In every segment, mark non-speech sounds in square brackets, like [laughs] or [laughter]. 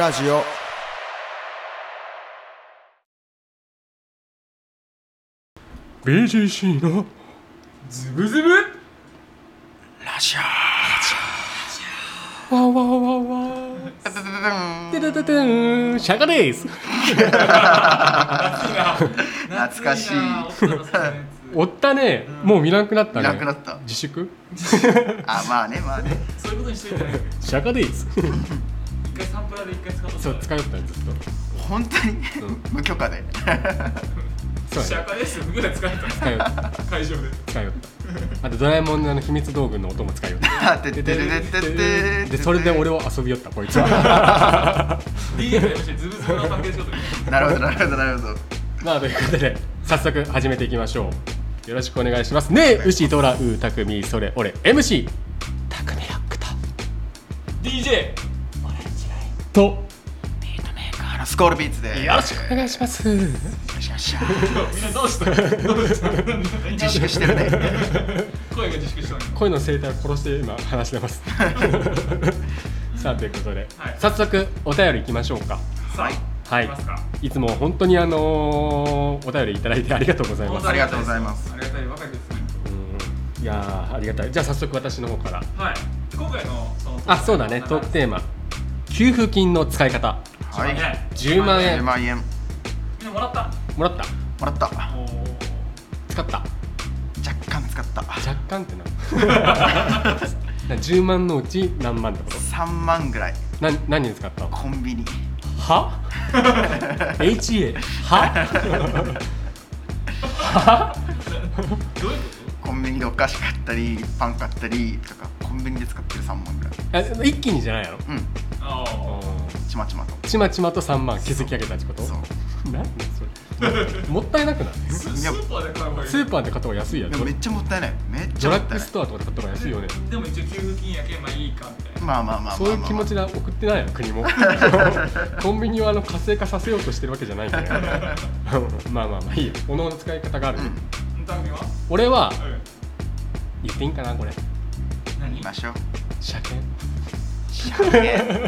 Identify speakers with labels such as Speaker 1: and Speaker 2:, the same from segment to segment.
Speaker 1: ラジオ
Speaker 2: シャカです
Speaker 3: 懐かしい
Speaker 2: 追ったね、もう見なくなったね
Speaker 3: いなくなった
Speaker 2: 自粛
Speaker 3: あまあね [laughs] まあね
Speaker 4: そういうことにしといてない
Speaker 2: シャカです
Speaker 4: 一回サンプラーで一回使った
Speaker 2: そう使いよったんずっ
Speaker 3: 本当に無許可で
Speaker 2: とそうやね
Speaker 4: 釈迦ですぐらい使え
Speaker 2: 使いよった
Speaker 4: た会場で
Speaker 2: 使いよったあとドラえもんのあの秘密道具の音も使いよった
Speaker 3: あてってれれってって
Speaker 2: でそれで俺を遊びよったこいつは
Speaker 4: DM でやりましたズブズブのパッケージごとに
Speaker 3: なるほどなるほどなるほど
Speaker 2: まあということで早速始めていきましょうよろしくお願いしますねえ牛とらうたくみそれ俺 MC たくみロックと
Speaker 4: DJ
Speaker 2: と
Speaker 3: あのスコールビーツで
Speaker 2: よろしくお願いします
Speaker 4: みんなどうしたどうした
Speaker 3: 自粛して [laughs] るね
Speaker 4: 声が自粛したのに
Speaker 2: 声の生態を殺して今話してます [laughs] さあということで、
Speaker 4: はい
Speaker 2: 早速お便りいきましょうか
Speaker 4: さあ
Speaker 2: は
Speaker 4: 行きますか
Speaker 2: いつも本当にあのーお便りいただいてありがとうございます
Speaker 3: ありがとうございます
Speaker 4: ありがたいばかりですね
Speaker 2: うんいやーありがたいじゃあ早速私の方から
Speaker 4: はいで今回のその
Speaker 2: あそうだねトークテーマ給付金の使い方
Speaker 3: は
Speaker 4: 10万円
Speaker 3: い
Speaker 2: 10万
Speaker 3: 10
Speaker 2: 円
Speaker 3: 万円も
Speaker 4: みんなもらった
Speaker 2: もらった
Speaker 3: らった
Speaker 4: おー
Speaker 2: 使った
Speaker 3: 若干使った
Speaker 2: 若干ってな [laughs] な10万のうち何万ってこ
Speaker 3: 3万ぐらい
Speaker 2: とな何に使ったの
Speaker 3: コンビニ
Speaker 2: は ?HA は
Speaker 4: どういうこ
Speaker 3: コンビニでお菓子買ったりパン買ったりとかコンビニで使ってる3万ぐらい
Speaker 2: あ一気にじゃないやろ
Speaker 3: うん
Speaker 4: とああ
Speaker 3: ちまちまと
Speaker 2: ちまちまと3万築き上げたってこと
Speaker 3: そう
Speaker 2: 何だそれもったいなくない
Speaker 4: ススーパーで買う方がいい
Speaker 2: スーパーで買った方が安いやん
Speaker 3: でもめっちゃもったいないめっち
Speaker 2: ド
Speaker 3: ゃも
Speaker 2: ラ
Speaker 3: っ
Speaker 2: ッ
Speaker 3: たい
Speaker 2: グ
Speaker 3: ない
Speaker 2: ストアとかで買った方が安いよね
Speaker 4: でも一応給付金やけんまあいいかみたいな
Speaker 3: まあまあまあまあまあ
Speaker 2: そういう気持ちで送ってないよ国 [laughs] もコンビニはあの活性化させようとしてるわけじゃない [laughs] からまあまあまあいいよおのおの使い方がある、
Speaker 3: うん
Speaker 4: タグは
Speaker 2: 俺は
Speaker 4: うん
Speaker 2: 言っていいんかなこれ
Speaker 4: 何
Speaker 3: 言いましょう
Speaker 2: 車検
Speaker 3: ね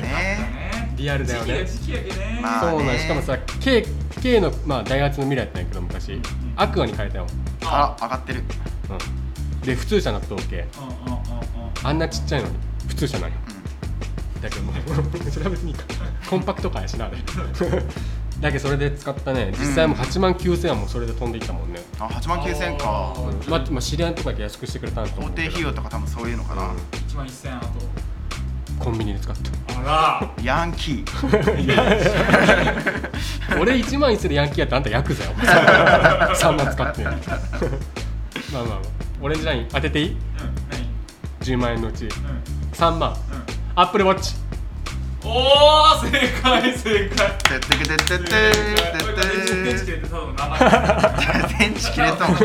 Speaker 4: ね
Speaker 2: リアルだよね
Speaker 4: 時期や時期やけね
Speaker 3: まあ
Speaker 2: そうな
Speaker 3: ね
Speaker 2: んしかもさ K, K の、まあ、大学の未来やったんやけど昔、アクアに変えたよ、
Speaker 3: あら上がってる
Speaker 2: うん、で普通車になったわけ
Speaker 4: うんうんうんうん
Speaker 2: あんなちっちゃいのに普通車なんよだけどもう [laughs] 調べてみいかコンパクトかやし
Speaker 3: [laughs]
Speaker 2: なあれだけどそれで使ったね実際もう8万9000円もそれで飛んでいったもんね、
Speaker 3: あ8万9000か
Speaker 4: あー
Speaker 2: まあ、まあ、知り合いのとかで安くしてくれたんだと
Speaker 3: 法
Speaker 2: 思うけ
Speaker 3: 定
Speaker 2: ど
Speaker 3: 費用とか多分そういうのかな、
Speaker 2: う
Speaker 4: 1万1000円あ
Speaker 2: んコンビニで使った [laughs]
Speaker 4: とあ
Speaker 3: ヤンキー
Speaker 2: 俺1万1000でヤンキーやってあんたヤクザよ3
Speaker 3: [laughs]
Speaker 2: 万使ってんの [laughs] にまあまあまあオレンジライン当てていい
Speaker 4: らうん何
Speaker 2: 10万円のうち
Speaker 4: うん
Speaker 2: 3万
Speaker 4: うん
Speaker 2: アップルウォッチ
Speaker 4: おー正解正解
Speaker 3: てってけてってってって
Speaker 4: 電池切れてただの名前
Speaker 3: [laughs] 電池切れたもん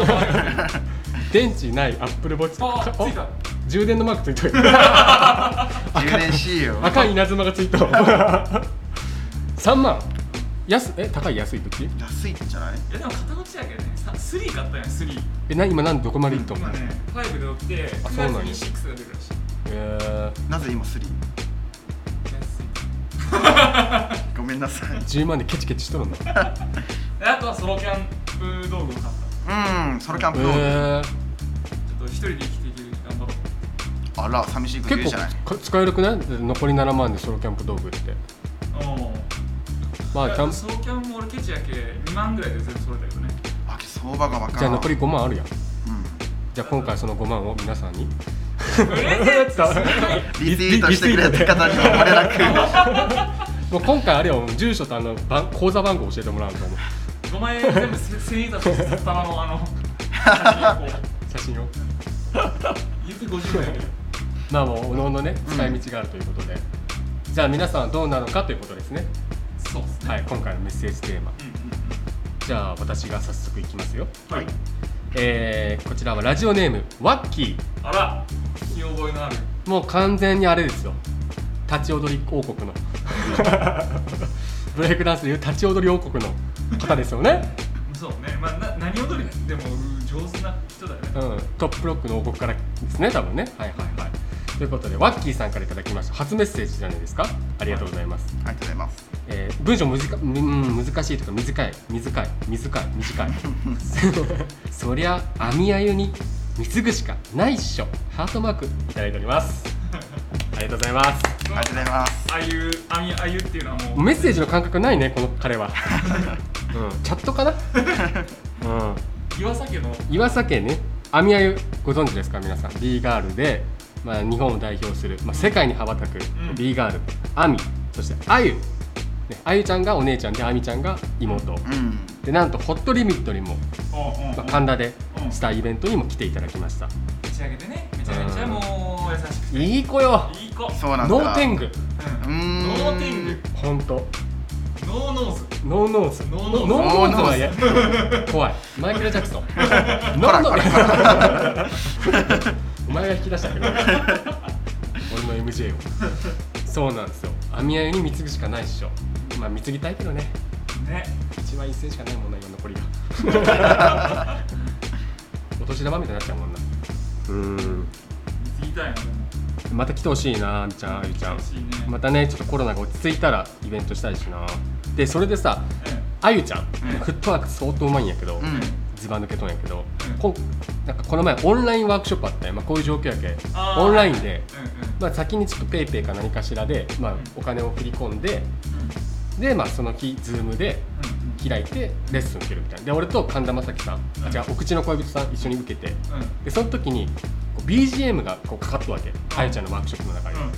Speaker 2: 電池ないアップルウォッチ
Speaker 4: あついた
Speaker 2: 充電のマークついと
Speaker 3: [laughs]
Speaker 2: る
Speaker 3: 充電しいよ
Speaker 2: 赤い稲妻がついとる [laughs] 3万安え高い安いどっち
Speaker 3: 安いんじゃない
Speaker 4: えでも肩持ちやけどねさ3買ったやん3
Speaker 2: えな今なんどこまでいっとんの、
Speaker 4: 今ね5で乗って9
Speaker 2: あ
Speaker 4: 月
Speaker 2: そうなんや
Speaker 4: に6が出るらしい
Speaker 2: えー
Speaker 3: なぜ今3ごめんなさい
Speaker 2: 10万でケチケチしとるんだ
Speaker 4: であとはソロキャンプ道具を買った
Speaker 3: [laughs] うんソロキャン
Speaker 2: え
Speaker 3: プ道具、
Speaker 2: ー
Speaker 4: ちょっと一人で生きていける頑張ろう
Speaker 3: あら寂しいこと言う
Speaker 2: 結
Speaker 3: じゃない
Speaker 2: 構使えるくない残り7万でソロキャンプ道具って
Speaker 4: お
Speaker 2: まあキャン
Speaker 4: ソロキャンも俺ケチやけ2万ぐらいで全部揃えたけどね
Speaker 3: あ相場がわからん
Speaker 2: じゃあ残り5万あるやん
Speaker 3: う
Speaker 2: じゃあ今回その5万を皆さんに
Speaker 4: プレゼントするかい
Speaker 3: ん、リツイートしてくれた方には漏れなく
Speaker 2: もう今回あれよ住所とあの番口座番号教えてもらうと思う
Speaker 4: 5万円全部せ千円
Speaker 2: [laughs]
Speaker 4: 札と札束のあの写真をこう
Speaker 2: 写真を
Speaker 4: 言って50円やけど
Speaker 2: まあもうおのおのね使い道があるということで、じゃあ皆さんはどうなのかということですね
Speaker 4: そうっすね
Speaker 2: はい今回のメッセージテーマ
Speaker 4: うんうん
Speaker 2: じゃあ私が早速いきますよ
Speaker 4: うんはい
Speaker 2: えー、こちらはラジオネームワッキ
Speaker 4: あら聞き覚えのある
Speaker 2: ーもう完全にあれですよ立ち踊り王国
Speaker 4: [laughs]
Speaker 2: のブレイクダンスでいう立ち踊り王国の方ですよね
Speaker 4: そうねまあな何踊りでも上手な人だよね
Speaker 2: うん、トップロックの王国からですね多分ねはいはいはいということでワッキーさんからいただきました初メッセージじゃないですかありがとうございます、
Speaker 3: りがとうございます
Speaker 2: えー文章むずか、うん、難しいとか短い短い短い短 [laughs] いそりゃ網あゆに貢ぐしかないっしょハートマークいただいており [laughs] ますありがとうございます
Speaker 3: ありがとうございます
Speaker 4: あゆあみあゆっていうのはもう
Speaker 2: メッセージの感覚ないねこの彼 [laughs] は、うん、チャットか [laughs] な、うん、
Speaker 4: 岩崎の
Speaker 2: 岩崎ね網あゆご存知ですか皆さん B ガールで、まあ、日本を代表する、まあ、世界に羽ばたく
Speaker 4: ん
Speaker 2: B ガール、アミそしてあゆ、ね、あゆちゃんがお姉ちゃんであみちゃんが妹、
Speaker 3: うん
Speaker 2: でなんとホットリミットにも、
Speaker 4: おうおうおう
Speaker 2: まあ、神田でしたイベントにも来ていただきました、
Speaker 4: 打ち上げてねめちゃめちゃもう優しくて
Speaker 2: いい子よ
Speaker 4: いい子う
Speaker 3: そうなんだ
Speaker 2: ノーテング
Speaker 3: うー
Speaker 4: ん
Speaker 3: ん
Speaker 4: ノーティング
Speaker 2: ほんと
Speaker 4: ノーノーズ
Speaker 2: ノーノーズ
Speaker 4: ノーノーズ
Speaker 2: ノーノーズはや [laughs] 怖いマイケル・ジャクソ [laughs] ンノ
Speaker 3: ほ
Speaker 2: ー
Speaker 3: ら
Speaker 2: ノ
Speaker 3: ほら
Speaker 2: ー
Speaker 3: ほら
Speaker 2: [laughs] お前が引き出したけど俺の MJ をそうなんですよ網あゆに貢ぐしかないっしょまあ貢ぎたいけどね
Speaker 4: ね
Speaker 2: 1万1000しかないもんな今残りが [laughs] お年玉みたいになっちゃうもんなうん
Speaker 4: 水着たいなでも
Speaker 2: また来てほしいなあみちゃんあゆちゃん
Speaker 4: 欲しいね
Speaker 2: またねちょっとコロナが落ち着いたらイベントしたいしなでそれでさ
Speaker 4: う
Speaker 2: あゆちゃん、
Speaker 3: ん
Speaker 2: フットワーク相当うまいんやけど、
Speaker 3: うん
Speaker 2: ずば抜けとんやけど、
Speaker 4: うん
Speaker 2: こんなんかこの前オンラインワークショップあったよ、まあ、こういう状況やけ
Speaker 4: あー
Speaker 2: オンラインで、
Speaker 4: んうん
Speaker 2: まあ、先にちょっとペイペイか何かしらで、まあ
Speaker 4: ん、
Speaker 2: お金を振り込んで
Speaker 4: うん
Speaker 2: で、まあ、その日ズームで開いてレッスン受けるみたいなで俺と神田正輝さん、あ
Speaker 4: うん
Speaker 2: 違うお口の恋人さん一緒に受けて
Speaker 4: うんうん
Speaker 2: でその時にこう BGM がこうかかったわけあゆちゃんのワークショップの中に、
Speaker 4: うんうん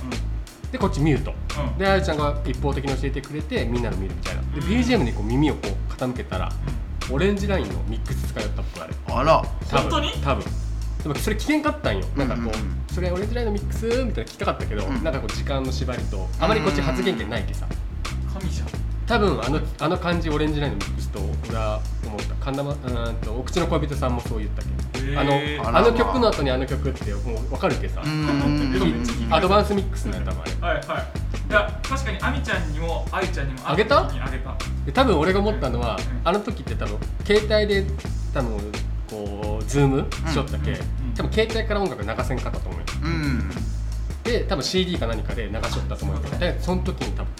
Speaker 2: でこっちミュート
Speaker 4: うん
Speaker 2: であゆちゃんが一方的に教えてくれてみんなの見るみたいなで
Speaker 4: うん
Speaker 2: BGM にこう耳をこう傾けたらオレンジラインのミックス使いよったっぽいあれ
Speaker 3: あら
Speaker 2: 多分
Speaker 4: 本当に
Speaker 2: 多分でもそれ危険かったんよなんかこう、
Speaker 3: うんうんうん
Speaker 2: それオレンジラインのミックスみたいなの聞きたかったけど、
Speaker 3: うん
Speaker 2: なんかこう時間の縛りとあまりこっち発言権ないけさ
Speaker 4: 神じゃん
Speaker 2: 多分あのあの感じオレンジラインのミックスと俺は思った神田まうーんとお口の恋人さんもそう言ったけど、
Speaker 4: へー
Speaker 2: あ
Speaker 3: あ
Speaker 2: の
Speaker 3: ら
Speaker 2: あの曲の後にあの曲ってもう分かるけさ、
Speaker 3: うーん
Speaker 4: でもめっちゃ聞いてる
Speaker 2: アドバンスミックスのやったもんあれ
Speaker 4: はいはいいや確かにあみちゃんにもあゆちゃんにも
Speaker 2: あげた
Speaker 4: あげたあげた
Speaker 2: で多分俺が思ったのは、
Speaker 4: うん
Speaker 2: あの時って多分携帯で多分こうズームしよったけ、
Speaker 4: うんうん
Speaker 2: 多分携帯から音楽流せんかったと思うよ
Speaker 3: うん
Speaker 2: で多分 CD か何かで流しよったと思うけどでその時に多分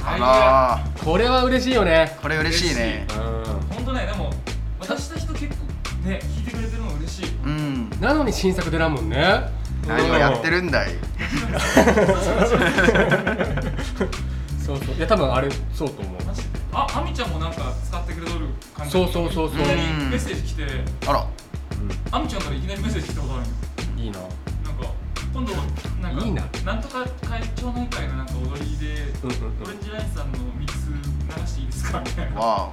Speaker 4: あ
Speaker 3: あ
Speaker 2: これは嬉しいよね
Speaker 3: らこれ嬉しいね
Speaker 2: う
Speaker 4: いやほんとねでも渡した人結構ね聞いてくれてるの嬉しい
Speaker 3: うん
Speaker 2: んなのに新作出らんもんね
Speaker 3: 何をやってるんだい
Speaker 2: [laughs] そうそういや多分あれそうと思う
Speaker 4: マジでああみちゃんもなんか使ってくれとる感じ
Speaker 2: そうそうそうそう
Speaker 4: いきなりメッセージ来て
Speaker 3: あら
Speaker 4: あみちゃんからいきなりメッセージ来たことあるよ
Speaker 2: いいな
Speaker 4: なんか今度なんか
Speaker 2: いいな
Speaker 4: なんとか会町内会のなんか踊りで、
Speaker 2: うんうんうん
Speaker 4: オレンジラインさんのミックス流していいですかみたいな
Speaker 3: わ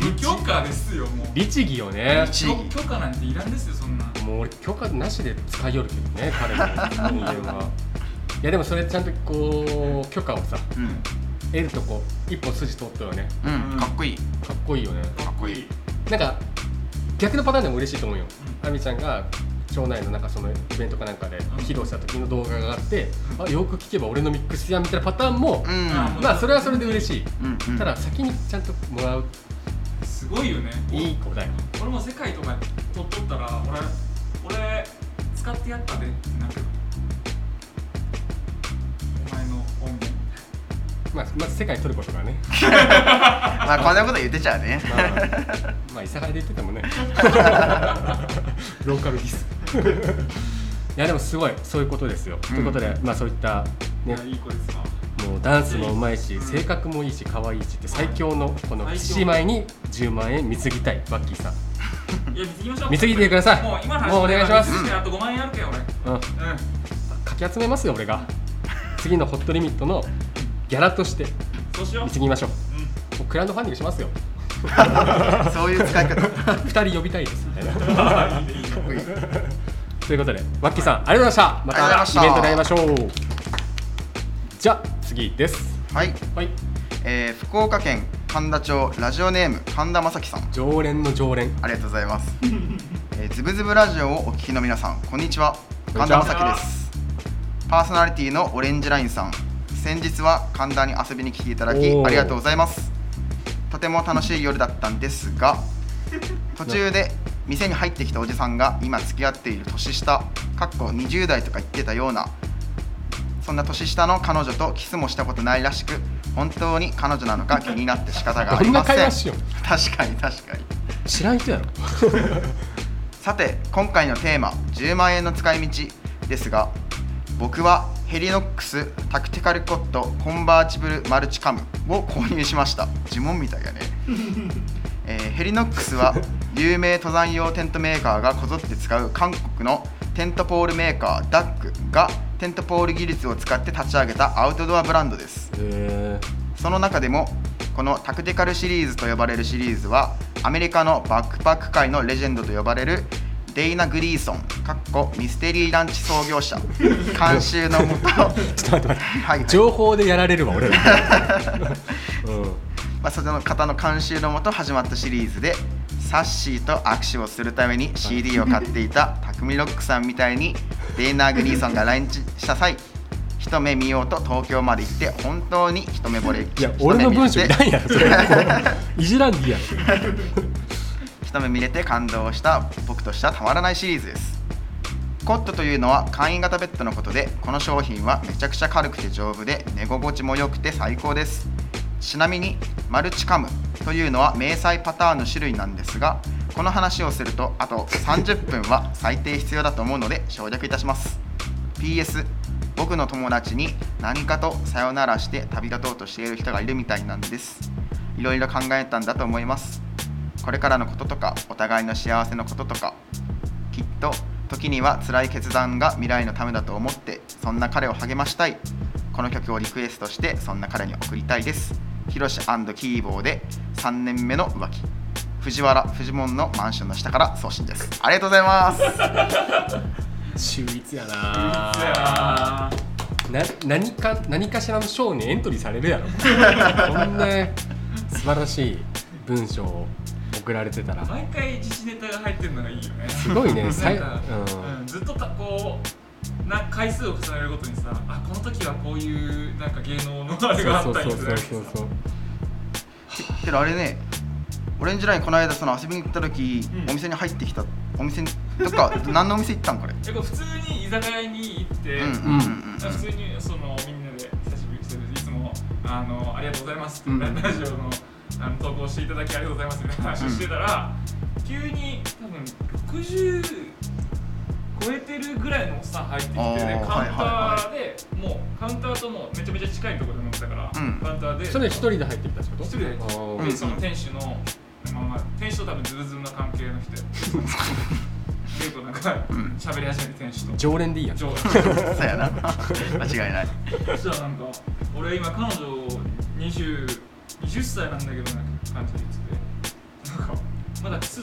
Speaker 4: 無許可ですよもう
Speaker 2: 律儀よね
Speaker 3: 律
Speaker 4: 許許可なんていらんですよそんな
Speaker 2: もう俺許可なしで使いよるけどね彼の人間はいやでもそれちゃんとこう許可をさ
Speaker 3: おうん
Speaker 2: 得るとこ一本筋通ったよね
Speaker 3: うんかっこいい
Speaker 2: かっこいいよね
Speaker 3: かっこいい
Speaker 2: なんか逆のパターンでも嬉しいと思うよ、亜美ちゃんが町内のなんかそのイベントかなんかで披露した時の動画があって、
Speaker 4: うん
Speaker 2: あよく聞けば俺のミックスやみたいなパターンも、
Speaker 3: うん
Speaker 4: あ
Speaker 2: まあそれはそれで嬉しい、
Speaker 3: うんうん
Speaker 2: ただ先にちゃんともらう
Speaker 4: すごいよね
Speaker 2: いい子だよ
Speaker 4: 俺も世界とか撮っとったら俺俺使ってやったでってなるよお前の音源
Speaker 2: まあまず世界取ることがね
Speaker 3: まあこんなこと言ってちゃうね
Speaker 2: まあまあ諫早で言っててもねローカルディスいやでもすごいそういうことですよ、ということでまあそういった
Speaker 4: い
Speaker 2: ね
Speaker 4: やいい子で
Speaker 2: [laughs]
Speaker 4: すわ
Speaker 2: もうダンスもうまいし、
Speaker 4: うん
Speaker 2: 性格もいいし可愛いしって最強のこの
Speaker 4: 最強
Speaker 2: 獅子舞に10万円貢ぎたいバッキーさん、
Speaker 4: いや貢ぎましょう
Speaker 2: 貢いでください
Speaker 4: もう今の話
Speaker 2: もうお願いします
Speaker 4: 貢いであと5万円あるけん俺
Speaker 2: うん、
Speaker 4: うん
Speaker 2: かき集めますよ俺が次のホットリミットのギャラとして
Speaker 4: そうしよう
Speaker 2: 貢ぎましょうも
Speaker 4: うん
Speaker 2: うクラウドファンディングしますよ [laughs]
Speaker 3: [laughs] そういう使い方
Speaker 2: 2人呼びたいですみ [laughs] たいな
Speaker 4: いいねいいね
Speaker 2: ということでバッキーさんありがとうございました
Speaker 3: ありがと
Speaker 2: ま
Speaker 3: う
Speaker 2: たイベント
Speaker 3: ござ
Speaker 2: で会い
Speaker 3: い
Speaker 2: ま
Speaker 3: ま
Speaker 2: しょうじゃあ次です
Speaker 3: はい、
Speaker 2: はい
Speaker 3: えー、福岡県神田町ラジオネーム神田正輝さん
Speaker 2: 常連の常連
Speaker 3: ありがとうございます。えー、ズブズブラジオをお聞きの皆さん、こんにちは。
Speaker 2: こん
Speaker 3: 神
Speaker 2: にちは
Speaker 3: 田正輝です。パーソナリティのオレンジラインさん、先日は神田に遊びに来ていただき
Speaker 2: おー
Speaker 3: ありがとうございます。とても楽しい夜だったんです
Speaker 2: [laughs]
Speaker 3: が、途中で店に入ってきたおじさんが今付き合っている年下、かっこ20代とか言ってたようなそんな年下の彼女とキスもしたことないらしく本当に彼女なのか気になって仕方があ
Speaker 2: ど
Speaker 3: り
Speaker 2: んな
Speaker 3: ません
Speaker 2: 会話しよ
Speaker 3: 確かに確かに
Speaker 2: う知らん人やろ
Speaker 3: さて今回のテーマ10万円の使い道ですが僕はヘリノックスタクティカルコットコンバーチブルマルチカムを購入しました呪文みたいやね、えーヘリノックスは有名登山用テントメーカーがこぞって使う韓国のテントポールメーカーダックがテントポール技術を使って立ち上げたアウトドアブランドです
Speaker 2: へ
Speaker 3: その中でもこのタクティカルシリーズと呼ばれるシリーズはアメリカのバックパック界のレジェンドと呼ばれるデイナ・グリーソンかっこミステリーランチ創業
Speaker 2: [laughs]
Speaker 3: 者監修のもと
Speaker 2: えちょっと待って待って
Speaker 3: はい、
Speaker 2: 情報でやられるわ俺ら、うん、
Speaker 3: まあ、その方の監修のもと始まったシリーズでサッシーと握手をするために CD を買っていたタクミロックさんみたいにデイナー・グリーソンが来日した際一目見ようと東京まで行って本当に一目惚れ
Speaker 2: いや俺の文章いらんやろそれ [laughs] いじらんでいいやろ
Speaker 3: 一目見れて感動した僕としてはたまらないシリーズですコットというのは簡易型ベッドのことでこの商品はめちゃくちゃ軽くて丈夫で寝心地も良くて最高ですちなみにマルチカムというのは明細パターンの種類なんですがこの話をするとあと30分は最低必要だと思うので省略いたします PS 僕の友達に何かとさよならして旅立とうとしている人がいるみたいなんですいろいろ考えたんだと思いますこれからのこととかお互いの幸せのこととかきっと時には辛い決断が未来のためだと思ってそんな彼を励ましたいこの曲をリクエストしてそんな彼に送りたいですヒロシキーボーで3年目の浮気藤原フジモンのマンションの下から送信ですありがとうござい [laughs] ます
Speaker 2: 秀逸やな
Speaker 4: そやな
Speaker 2: な何か何かしらの賞にエントリーされるやろこんな素晴らしい文章を送られてたら
Speaker 4: 毎回自治ネタが入ってるのがいいよね
Speaker 2: すごいね
Speaker 4: なん
Speaker 2: さい
Speaker 4: か
Speaker 2: うん
Speaker 4: うんずっとたこうな回数を重ねるごとにさあこの時はこういうなんか芸能のあれがあ
Speaker 2: そ
Speaker 4: っ
Speaker 2: う
Speaker 4: た
Speaker 2: そ
Speaker 4: り
Speaker 2: う
Speaker 4: す
Speaker 2: そ
Speaker 4: るわ
Speaker 2: う
Speaker 4: けさ
Speaker 2: そうそう
Speaker 3: けどあれねオレンジラインこの間その遊びに行った時、
Speaker 4: うん
Speaker 3: お店に入ってきたお店にどっか何のお店行った [laughs] んこれ
Speaker 4: えこれ普通に居酒屋に行って、
Speaker 3: うんうんうんうん
Speaker 4: 普通にそのみんなで久しぶりにしてるいつもあのありがとうございますって、
Speaker 2: うん
Speaker 4: ラジオのあの投稿していただきありがとうございますみたいな話をしてたら、急に多分60超えてるぐらいのおっさん入ってきて、
Speaker 3: あー
Speaker 4: ね、カウンタ
Speaker 3: はいはい
Speaker 4: ーで、もうカウンターともうめちゃめちゃ近いところで飲んでたから、
Speaker 3: うん
Speaker 4: カウンターで
Speaker 2: それ一人で入ってきたってこと
Speaker 4: 一人で入ってきた
Speaker 2: あ
Speaker 4: で
Speaker 2: ー
Speaker 4: その店主の、まあまあ、店主と多分ズブズブな関係の人
Speaker 3: [laughs]
Speaker 4: や結構なんか
Speaker 3: ん
Speaker 4: 喋り始めて店主と。
Speaker 2: 常連でいいやん
Speaker 4: 上
Speaker 3: [laughs] そうやな [laughs] 間違いない
Speaker 4: そしたらなんか俺今彼女 20, 20歳なんだけどなんか感じで言っててなんかまだキス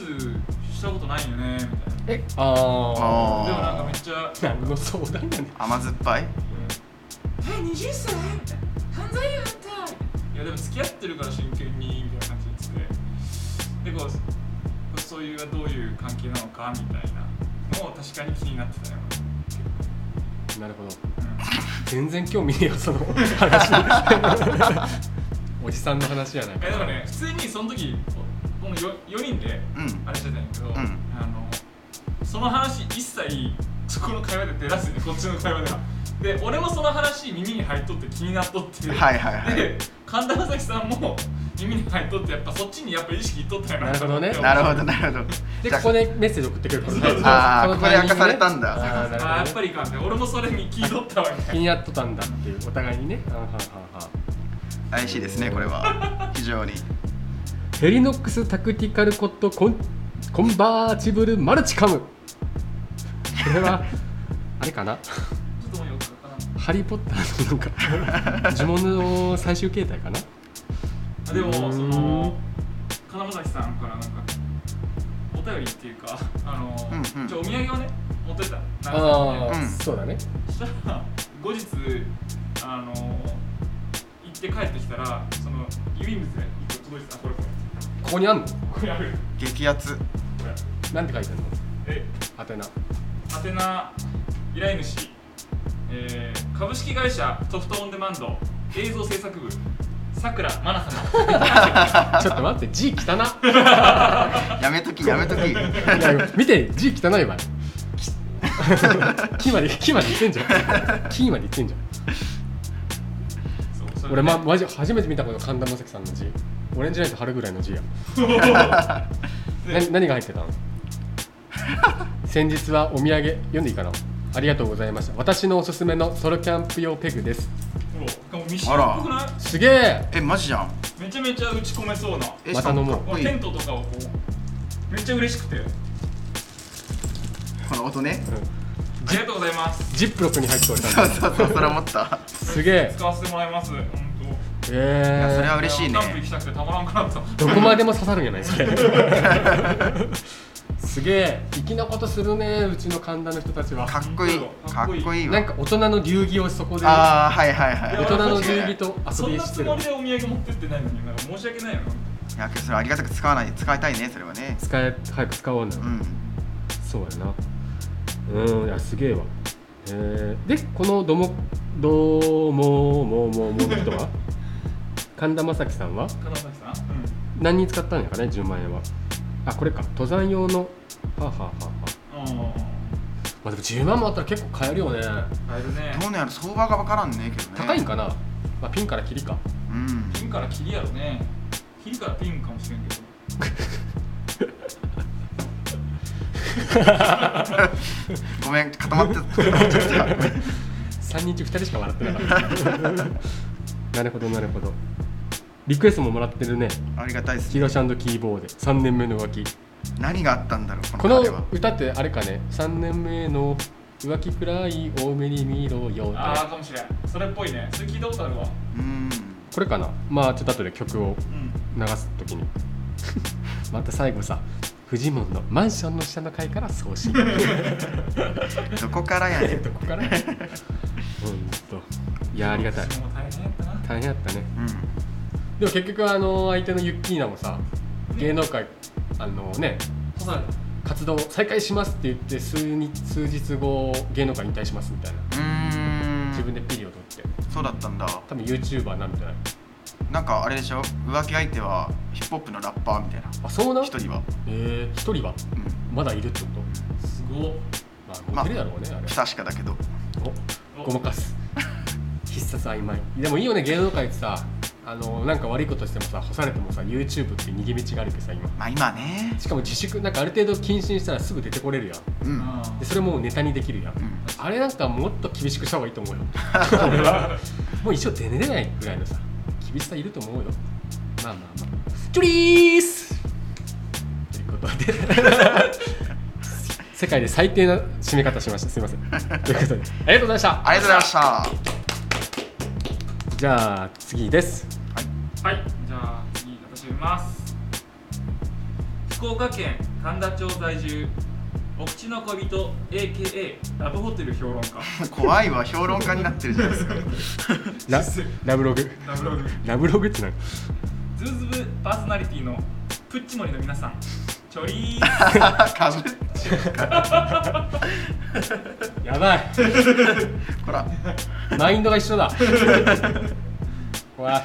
Speaker 4: したことないよねみたい
Speaker 2: えあ
Speaker 4: なでもなんか
Speaker 3: あ
Speaker 4: めっちゃ
Speaker 2: あ
Speaker 4: 「
Speaker 2: 何の相談やねん
Speaker 3: ー甘酸っぱい
Speaker 4: え20歳?」みたいな「犯罪やった」いやでも付き合ってるから真剣に」みたいな感じで言っててでこうそういうはどういう関係なのかみたいなのを確かに気になってたよ、
Speaker 2: なるほど
Speaker 4: うん
Speaker 2: 全然興味ねえよその
Speaker 4: [laughs]
Speaker 2: 話おじさんの話やないか
Speaker 4: えでもね普通にその時この 4, 四人で
Speaker 3: うん
Speaker 4: あれしてたんやけど、
Speaker 3: ん
Speaker 4: あのその話一切そこの会話で出らずにこっちの会話ではで俺もその話耳に入っとって気になっとって
Speaker 3: はいはいはい
Speaker 4: で神田正輝さんも耳に入っとってやっぱそっちにやっぱ意識いっとったよな
Speaker 2: なるほどね
Speaker 3: なるほ
Speaker 4: ど
Speaker 3: どなるほど
Speaker 2: で
Speaker 3: じゃ
Speaker 2: こ
Speaker 3: あ
Speaker 2: こでメッセージ送ってくるからね
Speaker 4: そうそう
Speaker 3: [laughs] あー
Speaker 2: のタイミン
Speaker 3: ここで明
Speaker 2: グ
Speaker 3: かされたんだ
Speaker 2: あーなるほどね
Speaker 4: あーやっぱりいかんね俺もそれに聞いとったわみた
Speaker 2: 気
Speaker 4: いな
Speaker 2: になっとったんだっていうお互いにねあーはんはんはん
Speaker 3: 怪しいですねこれ
Speaker 2: [laughs]
Speaker 3: は非常に
Speaker 2: ヘリノックスタクティカルコットコンコンバーチブルマルチカムこれは [laughs] あれかな
Speaker 4: ちょっともうよくわからん
Speaker 2: ハリー・ポッターのな
Speaker 3: [laughs]
Speaker 2: んか呪文の最終形態かな
Speaker 4: あでも
Speaker 2: うーん
Speaker 4: その金正さんからなんかお便りっていうかあの、
Speaker 3: うんうん
Speaker 4: ちょお土産をね持ってった
Speaker 2: あ
Speaker 4: 長崎
Speaker 2: あ、
Speaker 3: うん
Speaker 2: そうだね
Speaker 4: にそしたら後日あの行って帰ってきたらその郵便物が一個届いてたあこれこ
Speaker 2: ここにあんの
Speaker 4: れこれある
Speaker 3: 激アツ
Speaker 4: これある
Speaker 2: なんて書いてあるの
Speaker 4: え
Speaker 2: 宛名
Speaker 4: 宛名依頼主、えー株式会社ソフトオンデマンド映像制作部さくらまな様
Speaker 2: ちょっと待って字汚な
Speaker 3: やめときやめ
Speaker 2: [laughs]
Speaker 3: とき
Speaker 2: いや見て字 [laughs] 汚いわき木まで木までいってんじゃん木までいってんじゃん
Speaker 4: そうそれで
Speaker 2: 俺、
Speaker 4: [laughs]
Speaker 2: ま、マジ初めて見たこと神田正輝さんの字オレンジライト春ぐらいの字や、な何が入ってたの [laughs] 先日はお土産読んでいいかなありがとうございました私のおすすめのソロキャンプ用ペグです
Speaker 4: おミシンっぽくない
Speaker 2: すげえ
Speaker 3: えマジじゃん
Speaker 4: めちゃめちゃ打ち込めそうな
Speaker 3: え
Speaker 2: また飲もう
Speaker 3: しかもかっこいい
Speaker 4: テントとかをこうめっちゃ嬉しくて
Speaker 3: この音ね
Speaker 4: ありがとうございます
Speaker 2: ジップロックに入っておいたん
Speaker 3: そ [laughs]
Speaker 2: だ
Speaker 3: うそうそ
Speaker 2: [laughs]
Speaker 3: うそれ思った
Speaker 2: すげえ
Speaker 4: 使わせてもらいます本
Speaker 2: え
Speaker 3: いやそれ
Speaker 2: ー
Speaker 3: は嬉しいね
Speaker 4: キャンプ行きたくてたまらんくなった
Speaker 2: どこまでも刺さるんじゃないそれ [laughs] すげえ粋なことするねうちの神田の人たちは
Speaker 3: かっこいいか
Speaker 4: か
Speaker 3: っ
Speaker 4: っ
Speaker 3: こ
Speaker 4: こいい
Speaker 3: いい
Speaker 2: な
Speaker 3: わ
Speaker 2: んか大人の流儀をそこで大
Speaker 3: ああはいはいはい
Speaker 4: いや
Speaker 2: 人の流儀と遊
Speaker 4: そん
Speaker 2: び
Speaker 4: な
Speaker 2: し
Speaker 4: つ
Speaker 2: てる
Speaker 4: もりでお土産持ってってないのになんか申し訳ないよ
Speaker 3: いやけどそれありがたく使わない使いたいねそれはね
Speaker 2: 使え早く使おうな、
Speaker 3: うん
Speaker 2: そうやなうんいやすげえわ、えー、でこのどもどうももうもうもうの人は神田正輝さんは
Speaker 4: 金崎さん、
Speaker 2: 何に使ったんやかね10万円はあこれか登山用のはあはあはあはあ
Speaker 4: うん、あ
Speaker 2: まあでも10万もあったら結構買えるよね
Speaker 4: あ買えるね
Speaker 3: どうなんやろ相場が分からんねけどね
Speaker 2: 高いんかな、まあ、ピンからキリか
Speaker 3: うん
Speaker 4: ピンからキリやろねキリからピンかもしれんけど
Speaker 3: ごめん固まって固まっちゃった
Speaker 2: [laughs] 3人中2人しか笑ってなかった [laughs] なるほどなるほどリクエストももらってるね
Speaker 3: ありがたいです
Speaker 2: ヒロシキーボーで3年目の浮気
Speaker 3: 何があったんだろう
Speaker 2: こ
Speaker 3: この
Speaker 2: の
Speaker 3: 彼は
Speaker 2: 歌ってあれかね3年目の浮気くらい多めに見ろよ
Speaker 4: ああかもしれんそれっぽいねそれ聞いたことあるわ
Speaker 3: うん
Speaker 2: これかなまあちょっと後で曲を
Speaker 4: うん
Speaker 2: 流す時に [laughs] また最後さフジモンのマンションの下の階から送 [laughs] 信
Speaker 3: どこからやねん
Speaker 2: どこからほんといやありがたい
Speaker 4: 私も大変やったな
Speaker 2: 大変やったね
Speaker 3: うん
Speaker 2: でも結局あの相手のユッキーナもさ芸能界あのね
Speaker 4: 刺された
Speaker 2: 活動再開しますって言って数日数日後芸能界引退しますみたい
Speaker 3: う
Speaker 2: な
Speaker 3: ーん
Speaker 2: 自分でピリオドって
Speaker 3: そうだったんだ
Speaker 2: 多分 YouTuber なんじゃない
Speaker 3: なんかあれでしょ浮気相手はヒップホップのラッパーみたいな
Speaker 2: あそうな
Speaker 3: 一人は
Speaker 2: えー、一人は
Speaker 3: うん
Speaker 2: まだいるってこ
Speaker 4: すごっ
Speaker 2: とまあモテるやろうねあれ
Speaker 3: 不確かだけど
Speaker 2: おごまかす必殺曖昧でもいいよね芸能界ってさあのなんか悪いことしてもさ干されてもさ YouTube って逃げ道があるけどさ今
Speaker 3: まあ今ね
Speaker 2: しかも自粛なんかある程度謹慎したらすぐ出てこれるやん
Speaker 3: うんうん
Speaker 4: あー
Speaker 2: でそれもうネタにできるやんあれなんかもっと厳しくした方がいいと
Speaker 3: [laughs]
Speaker 2: 思うよ俺はもう一生出れないぐらいのさ厳しさいると思うよまあまあまあチョリースということで [laughs] 世界で最低な締め方しましたすいませんということでありがとうございました
Speaker 3: ありがとうございました [laughs]
Speaker 2: じゃあ次です
Speaker 4: はい、じゃあ次私読みます福岡県神田町在住お口の恋人 AKA ラブホテル評論家
Speaker 3: 怖いわ評論家になってるじゃないですか [laughs]
Speaker 2: ララブログ
Speaker 4: ラブログ
Speaker 2: ラブログって何
Speaker 4: ズーズブパーソナリティのプッチモリの皆さんちょりー [laughs]
Speaker 3: かぶっちゃ
Speaker 2: やばいう
Speaker 3: ほら
Speaker 2: マインドが一
Speaker 3: [laughs]
Speaker 2: 緒だ怖い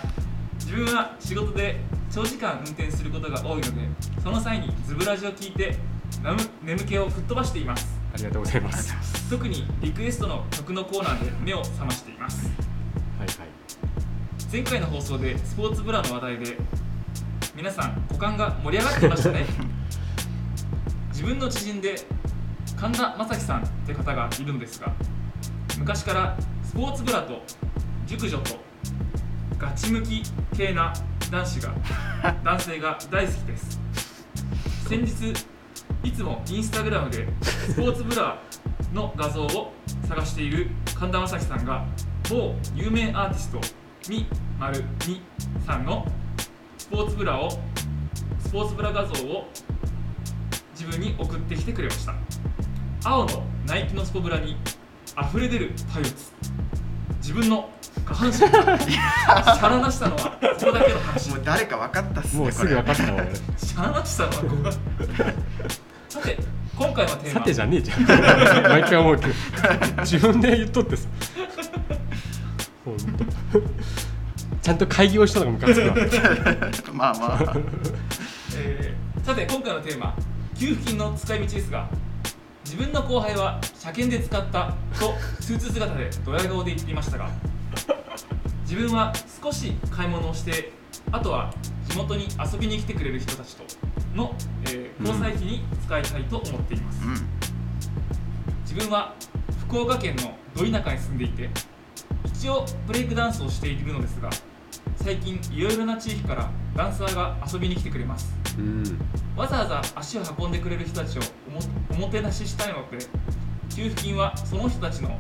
Speaker 4: 自分は仕事で長時間運転することが多いのでその際にズブラジを聞いてなむ眠気を吹っ飛ばしています
Speaker 2: ありがとうございます
Speaker 4: 特にリクエストの曲のコーナーで目を覚ましています
Speaker 2: はいはい
Speaker 4: 前回の放送でスポーツブラの話題で皆さん股間が盛り上がっていましたね自分の知人で神田正輝さんって方がいるのですが昔からスポーツブラと熟女とガチ向き系な男子が男性が大好きです先日いつもインスタグラムでスポーツブラの画像を探している神田正輝さんが某有名アーティストみまるみさんのスポーツブラをスポーツブラ画像を自分に送ってきてくれました青のナイキのスポブラに溢れ出る体力自分の下半身
Speaker 3: [laughs]
Speaker 4: がシャラなしたのはここだけの話
Speaker 3: もう誰か分かったっすね
Speaker 2: もうすぐ分かったわ俺
Speaker 4: シャラなしたのはここださて今回のテー
Speaker 2: さ
Speaker 4: マ
Speaker 2: てじゃねえじゃん毎回思うけ [laughs] ど自分で言っとってさほんとちゃんと会議をしたのがムカつく
Speaker 3: [laughs]
Speaker 2: わ
Speaker 3: まあまあ
Speaker 4: えーさて今回のテーマ給付金の使い道ですが自分の後輩は車検で使ったとスーツ姿でドヤ顔で言っていましたが自分は少し買い物をしてあとは地元に遊びに来てくれる人たちとの、えー交際費に使いたいと思っています、自分は福岡県のど田舎に住んでいて一応ブレイクダンスをしているのですが最近いろいろな地域からダンサーが遊びに来てくれます
Speaker 2: うん
Speaker 4: わざわざ足を運んでくれる人たちをおもおもてなししたいので給付金はその人たちの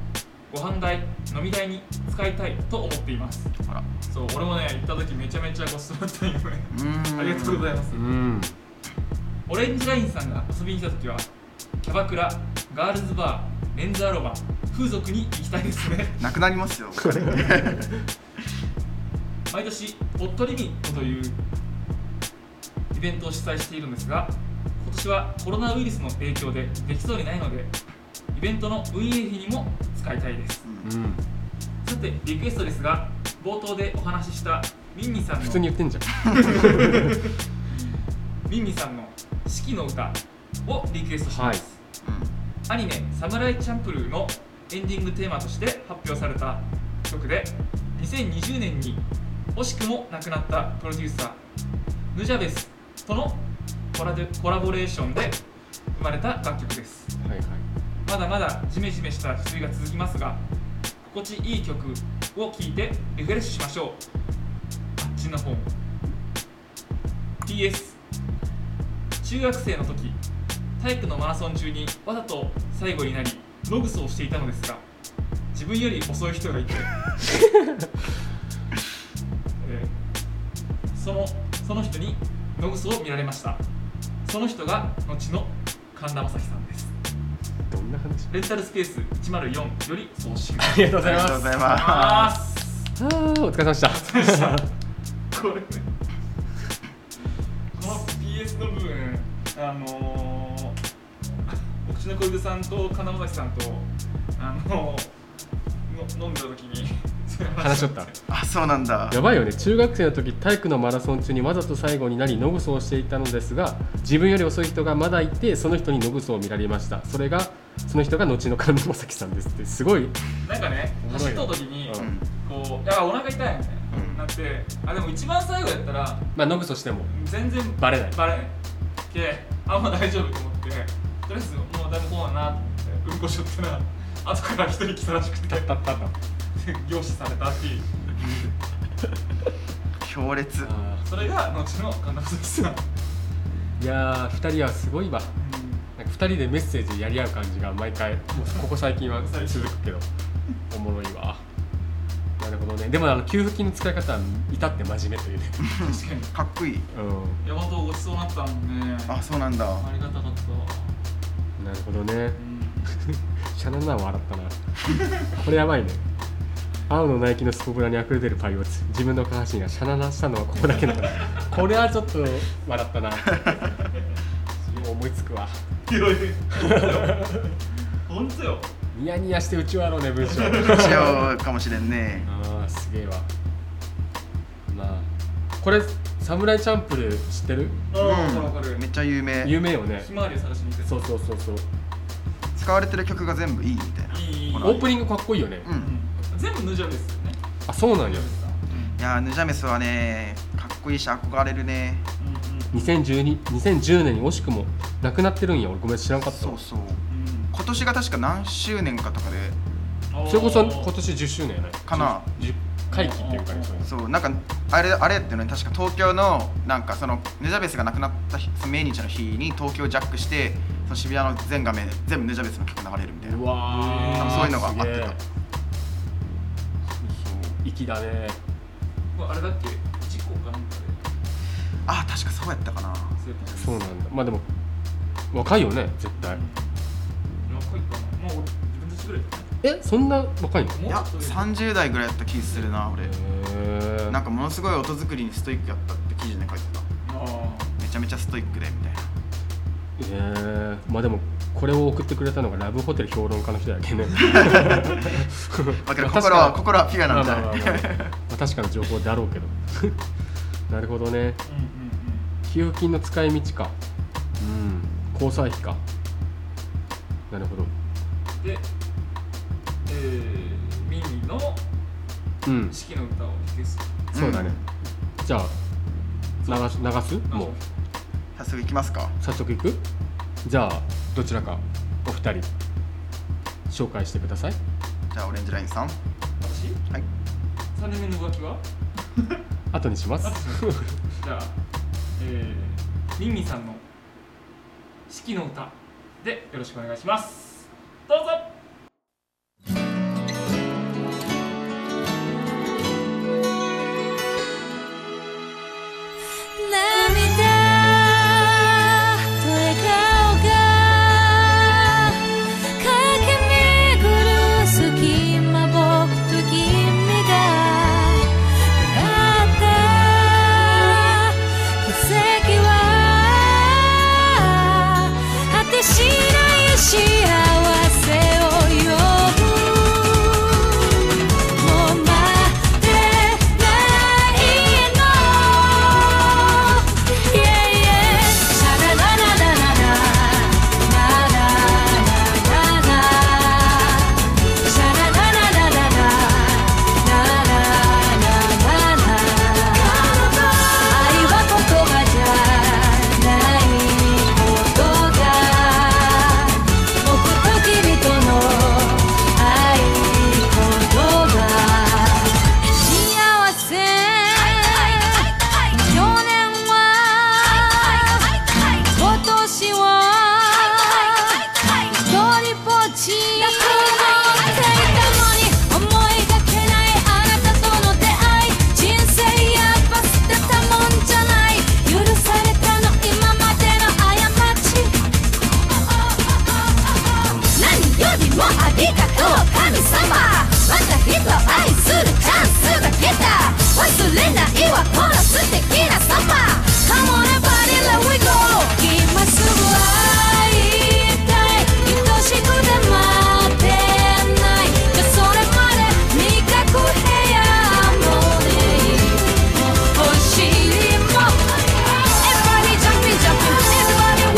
Speaker 4: ご飯代飲み代に使いたいと思っています
Speaker 3: あら
Speaker 4: そう俺もね行った時めちゃめちゃごちそうだったよね
Speaker 3: うん
Speaker 4: ありがとうございます
Speaker 2: うん
Speaker 4: オレンジラインさんが遊びに来た時はキャバクラガールズバーメンズアロマ風俗に行きたいですね [laughs]
Speaker 3: なくなりますよお金
Speaker 4: 毎年ポットリミットというイベントを主催しているのですが今年はコロナウイルスの影響でできそうにないのでイベントの運営費にも使いたいです
Speaker 2: うん
Speaker 4: さてリクエストですが冒頭でお話ししたミンミさんの
Speaker 2: 普通に言ってんじゃん
Speaker 4: ミンミさんの「四季の歌」をリクエストします、アニメ「サムライチャンプルー」のエンディングテーマとして発表された曲で2020年に惜しくも亡くなったプロデューサーヌジャベスとのコラデコラボレーションで生まれた楽曲です
Speaker 2: はいはい
Speaker 4: まだまだジメジメした梅雨が続きますが心地いい曲を聴いてリフレッシュしましょうあっちの方も PS 中学生の時体育のマラソン中にわざと最後になりログスをしていたのですが自分より遅い人がいて、 [laughs] えーそのその人にログスを見られましたその人が後の神田正輝さんです
Speaker 2: どんな話
Speaker 4: レンタルスペース104より送信
Speaker 2: ありがとうご
Speaker 3: あ
Speaker 2: ざ
Speaker 3: り
Speaker 2: い
Speaker 3: が
Speaker 2: ま
Speaker 3: とうございま
Speaker 2: すあーお
Speaker 4: あ
Speaker 2: 疲れ様でした
Speaker 4: ーすこれねこの PS の部分あのー、うちの小出さんと金正さんとあのー、の飲んだ時に
Speaker 2: 話しとった
Speaker 3: すあそうなんだ
Speaker 2: やばいよね中学生の時体育のマラソン中にわざと最後になりノグソをしていたのですが自分より遅い人がまだいてその人にノグソを見られましたそれがその人が後の神田正輝さんですってすごい
Speaker 4: なんかね
Speaker 2: おも
Speaker 4: 走
Speaker 2: ろ
Speaker 4: っ
Speaker 2: いな
Speaker 4: と時に、
Speaker 2: う
Speaker 4: こういやお腹痛いみ [laughs] たいな、
Speaker 3: うん
Speaker 4: なってあでも一番最後やったら
Speaker 2: まあノグソしても
Speaker 4: 全然
Speaker 2: バレない
Speaker 4: バレないけあんま大丈夫と思ってとりあえずもうだいぶこうだなと思ってうんこしよったら後から一人来 [laughs] たらしくて
Speaker 2: たったったった
Speaker 4: 凝視されたっていう
Speaker 3: 強烈
Speaker 2: あ
Speaker 4: それが後の神田正輝さん
Speaker 2: ーいやー2人はすごいわなんか2人でメッセージやり合う感じが毎回もうここ最近は続くけどおもろいわなるほどねでもあの給付金の使い方は至って真面目というね、
Speaker 4: 確かに
Speaker 3: かっこいい
Speaker 2: うん、
Speaker 4: ヤマトごちそうになったもんね
Speaker 3: あそうなんだ
Speaker 4: ありがたかったわ
Speaker 2: なるほどね
Speaker 4: うん
Speaker 2: シャナナは笑ったなこれやばいね青のナイキのスポブラに溢れ出るパイオツ自分の下半身がシャナナしたのはここだけだからこれはちょっと笑ったな [laughs] 思いつくわ
Speaker 4: [laughs] 広い本当よ
Speaker 2: ニヤニヤしてうちわろうね文章
Speaker 3: しようかもしれんね
Speaker 2: ああすげえわまあこれサムライチャンプルー知ってる
Speaker 4: あ
Speaker 3: うん
Speaker 4: わかるわか
Speaker 3: めっ
Speaker 4: る
Speaker 3: ちゃ有名
Speaker 2: 有名よね
Speaker 4: ひまわりを探しに行く
Speaker 2: そうそうそうそう
Speaker 3: 使われてる曲が全部いいみたいない
Speaker 4: いいい
Speaker 2: オープニングかっこいいよね、
Speaker 3: うん
Speaker 4: うん全部ヌジャベスよね
Speaker 2: あそうなんよ
Speaker 3: いやーヌジャメスはねかっこいいし憧れるね
Speaker 4: うんうん
Speaker 2: 2012 2010年に惜しくもなくなってるんや俺ごめん知らんかった
Speaker 3: そ
Speaker 2: わ
Speaker 3: うそう今年が確か何周年かとかで
Speaker 2: それこそ今年10周年やない
Speaker 3: かな
Speaker 2: 10回帰っていうかねそういうの
Speaker 3: そうなんかあれあれやってね確か東京のなんかそのヌジャベスが亡くなった日その命日の日に東京ジャックしてその渋谷の全画面で全部ヌジャベスの曲流れるみたいな
Speaker 2: うわ
Speaker 4: ー
Speaker 2: ー
Speaker 3: そういうのがあってた
Speaker 2: 粋だね
Speaker 4: これあれだっけ事故かなんかで
Speaker 3: あ確かそうやったかな
Speaker 4: そうやった
Speaker 2: そうなんだまあでも若いよね絶対
Speaker 4: 若いかなもう自分たちぐらいじ
Speaker 2: えそんな若いの
Speaker 4: ゃない
Speaker 3: い
Speaker 4: も
Speaker 3: や
Speaker 4: うちょっと上
Speaker 3: 30代ぐらいやった気するな俺な
Speaker 2: へ
Speaker 3: ん
Speaker 2: か
Speaker 3: かものすごい音作りにストイックやったって記事に書いてた
Speaker 4: あ
Speaker 3: めちゃめちゃストイックでみたいな
Speaker 2: えー、まあでもこれを送ってくれたのがラブホテル評論家の人だけね
Speaker 3: だけど
Speaker 2: まあ
Speaker 3: 心は
Speaker 2: 確か
Speaker 3: 心はピュアなん
Speaker 2: まあまあまあまあ
Speaker 3: だ
Speaker 2: まあ確かな情報だろうけどなるほどね
Speaker 4: ーうんうん
Speaker 2: 給付金の使い道かうん交際費かなるほど
Speaker 4: うんでえーミニの
Speaker 2: うん
Speaker 4: 四季の歌を消す
Speaker 2: そうだね、じゃあ流す流す
Speaker 4: あ
Speaker 2: もう
Speaker 3: 早速いきますか
Speaker 2: 早速いくじゃあどちらかお二人紹介してください
Speaker 3: じゃあオレンジラインさんは
Speaker 4: 私
Speaker 3: い
Speaker 4: 三年目の浮
Speaker 2: [laughs]
Speaker 4: 気は
Speaker 2: 後にします
Speaker 4: あじゃあ、えー、ミンミンさんの四季の歌でよろしくお願いしますどうぞ
Speaker 1: 涙と笑顔が駆け巡る隙間僕と君が出会った奇跡は果てしない幸せを呼ぶもう待ってないの「イエイエイ」「シャラララララララララララ」「シャラララララララララララ」「愛は言葉じゃないことが」僕と君との愛言葉幸せ去年は今年は一人ぼっち思いがけないあなたとの出会い人生やっぱ捨てたもんじゃない許されたの今までの過ち何よりもありがとう神様また人愛するチャンスが来た忘れないわこの素敵なサマー Come on everybody let we go 今すぐ会いたい愛しくて待ってないじゃそれまで未確部屋もねもう星も Everybody jumping jumping everybody wine wine 合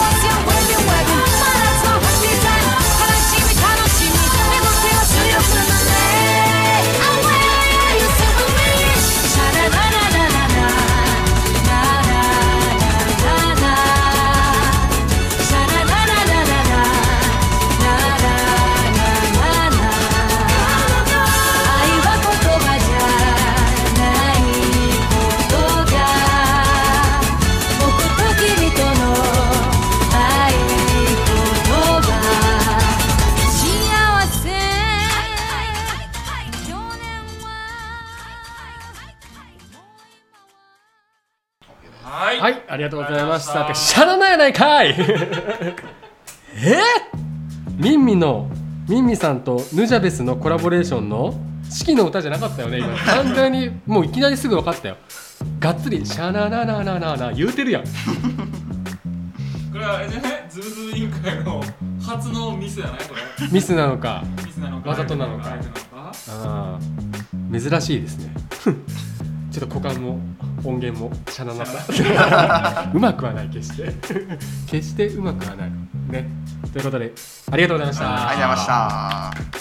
Speaker 1: わせよ waving waving まだつま happy time 悲しみ楽しみ目の手を主力なね I will you still with me シャラララララララララララシャララララララララララララ愛は言葉じゃないことが僕と君との愛言葉幸せ去年は
Speaker 4: はい
Speaker 2: はいありがとうございました
Speaker 4: ありがとうございま
Speaker 2: しゃらないやないかい [laughs] えミンミのミンミさんとヌジャベスのコラボレーションの四季の歌じゃなかったよね今完全にもういきなりすぐ分かったよがっつり「シャララララララ」言うてるやん
Speaker 4: これはあれじゃないズブズブ委員会の初のミスじゃないこれ
Speaker 2: ミスなのか
Speaker 4: ミスなのか
Speaker 2: わざとなのか
Speaker 4: あえてなのか
Speaker 2: ああ珍しいですね [laughs] ちょっと股間も音源もシャナナナうまくはない決して決してうまくはないねということでありがとうございました
Speaker 3: ありがとうございまし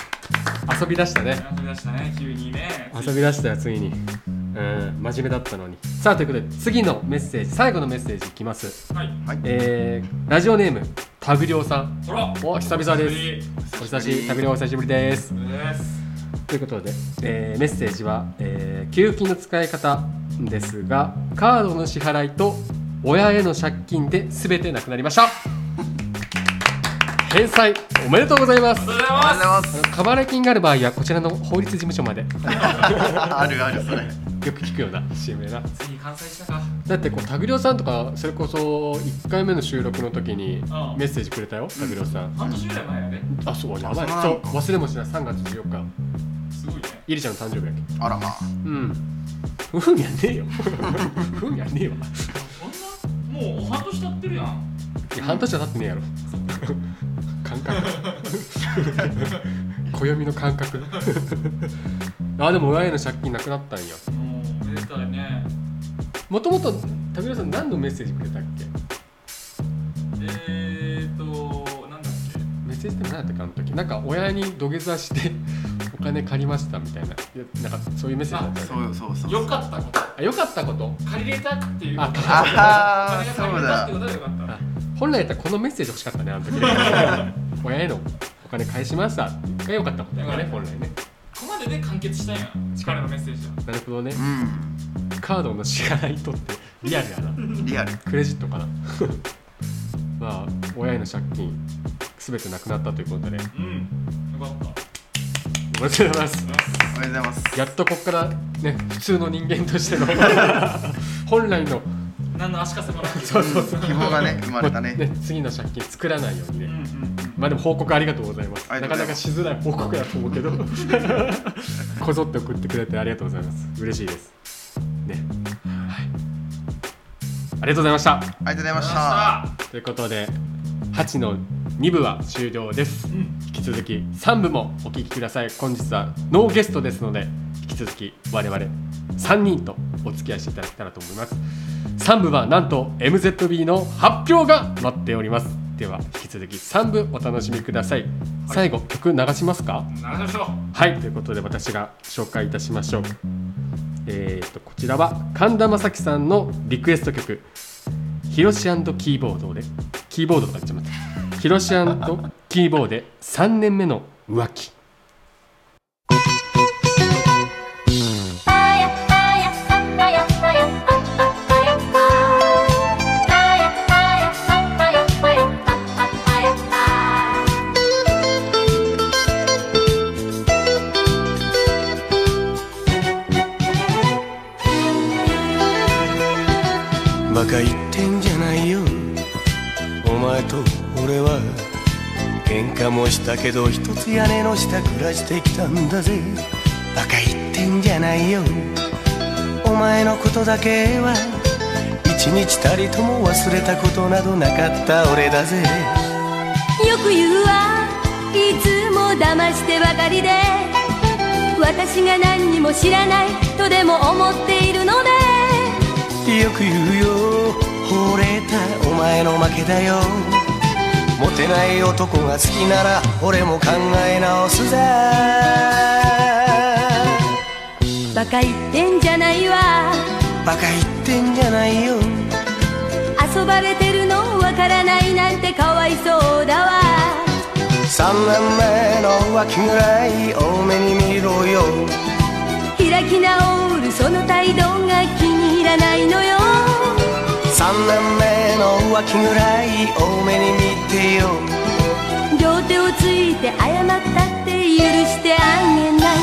Speaker 3: た
Speaker 2: した遊び出したね
Speaker 4: 遊び出したね急にね
Speaker 2: 遊び出したよついにうん真面目だったのにさあということで次のメッセージ最後のメッセージいきます
Speaker 4: はい
Speaker 3: はい
Speaker 2: えー、ラジオネームタグリョウさん
Speaker 4: ほら
Speaker 2: お久々です
Speaker 4: す
Speaker 2: お久しぶりタグリョウお久しぶりです
Speaker 4: です
Speaker 2: ということで、えーメッセージは、えー給付金の使い方ですがカードの支払いと親への借金で全てなくなりました返済おめでとうございます
Speaker 4: おはようござい
Speaker 3: あり
Speaker 4: ます
Speaker 3: がとうござい
Speaker 2: 過払い金がある場合はこちらの法律事務所までよ
Speaker 3: ますあるあるそれ
Speaker 2: く聞くような CM やな
Speaker 4: ついに完済したか
Speaker 2: だってこうタグリョウさんとかそれこそ1回目の収録の時に
Speaker 4: ああ
Speaker 2: メッセージくれたよタグリョウさん
Speaker 4: 半年ぐらい前やね
Speaker 2: あそうやばい
Speaker 3: あ
Speaker 2: そ
Speaker 3: そうう
Speaker 2: 忘れもしない3月14日
Speaker 4: すごいね
Speaker 2: イリちゃんの誕生日やっけ
Speaker 3: あらまあ
Speaker 2: うんふんやねえよ [laughs] ふんやねえわ
Speaker 4: そんなもう半年経ってるやん
Speaker 2: いや半年は経ってねえやろ [laughs] 感覚 [laughs] 暦の感覚 [laughs] あでも親への借金なくなったんや
Speaker 4: もうおめでたいね
Speaker 2: もともと武田さん何のメッセージくれたっけ
Speaker 4: えーとなんだっけ
Speaker 2: メッセージって何だったかあの時なんか親に土下座して [laughs] お金借りましたみたいな、いやなんかそういうメッセージだったよね
Speaker 3: そうそうそう
Speaker 4: 良かったこと
Speaker 2: あよかったこと
Speaker 4: 借りれたっていう
Speaker 2: あ
Speaker 4: こと
Speaker 2: 借り
Speaker 3: ああ
Speaker 4: お金が
Speaker 3: そ
Speaker 4: 借
Speaker 3: う
Speaker 4: りれたっ
Speaker 3: だ
Speaker 4: てことは良かった
Speaker 2: あ本来だったらこのメッセージ欲しかったねあの時
Speaker 3: [laughs]
Speaker 2: 親へのお金返しましたがよかったことやからね本来ね
Speaker 4: ここまでで完結したいな力のメッセージは
Speaker 2: なるほどね
Speaker 3: う
Speaker 2: カードの支払いとってリアルやなん
Speaker 3: リアル
Speaker 2: クレジットかな [laughs] まあ親への借金すべてなくなったということで
Speaker 4: うんよかった
Speaker 2: おめでとうございます
Speaker 3: おめでとうございます
Speaker 2: やっとここからね普通の人間
Speaker 3: [laughs]
Speaker 2: としての本来の
Speaker 4: 何の足かせもなく
Speaker 2: そうそうそう
Speaker 3: 希望がね生まれたね
Speaker 2: ね次の借金作らないようにね、
Speaker 4: うんうんうん
Speaker 2: まあでも報告ありがとうございます。
Speaker 3: あり
Speaker 2: な
Speaker 3: がと
Speaker 2: か
Speaker 3: うござ
Speaker 2: ないか
Speaker 3: ま
Speaker 2: しづらい報告だと思うけど、
Speaker 3: [laughs]
Speaker 2: こぞって送ってくれてありがとうございます。嬉しいです。ね。はい。ありがとうございました。
Speaker 3: ありがとうございま
Speaker 4: ありがとうございま
Speaker 3: し
Speaker 4: したた
Speaker 2: ということで、8の2部は終了です。
Speaker 4: うん
Speaker 2: 引き続き3部もお聞きください。本日はノーゲストですので、引き続き我々3人とお付き合いしていただけたらと思います。3部はなんと MZB の発表が待っております。では引き続き3部お楽しみください。最後曲流しますか
Speaker 4: 流しましょう
Speaker 2: はい、ということで私が紹介いたしましょう。えー、とこちらは神田正輝さんのリクエスト曲「ヒロシキーボードで」キーボードとか言っちゃいました「ヒロシキーボードで3年目の浮気」
Speaker 5: バカ言ってんじゃないよお前と俺は喧嘩もしたけど一つ屋根の下暮らしてきたんだぜバカ言ってんじゃないよお前のことだけは一日たりとも忘れたことなどなかった俺だぜ
Speaker 1: よく言うわいつも騙してばかりで私が何にも知らないとでも思っているので
Speaker 5: よく言うよ惚れたお前の負けだよモテない男が好きなら俺も考え直すぜ
Speaker 1: バカ言ってんじゃないわ
Speaker 5: バカ言ってんじゃないよ
Speaker 1: 遊ばれてるのわからないなんてかわいそうだわ
Speaker 5: 三年目の浮気ぐらい多めに見ろよ
Speaker 1: 開き直るその態度が気に入らないのよ
Speaker 5: 三年目の浮気ぐらい多めに見てよ
Speaker 1: 両手をついて謝ったって許してあげない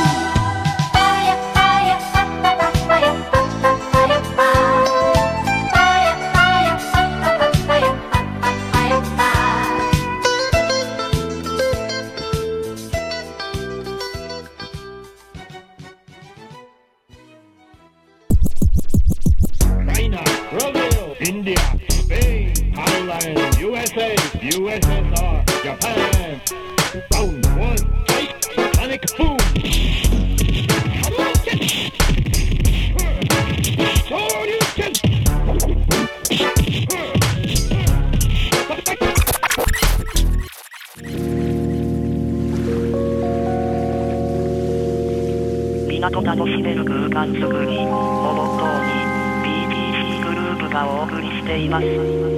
Speaker 6: 港楽しめる空間づくりをもとに PTC グループがお送りしています。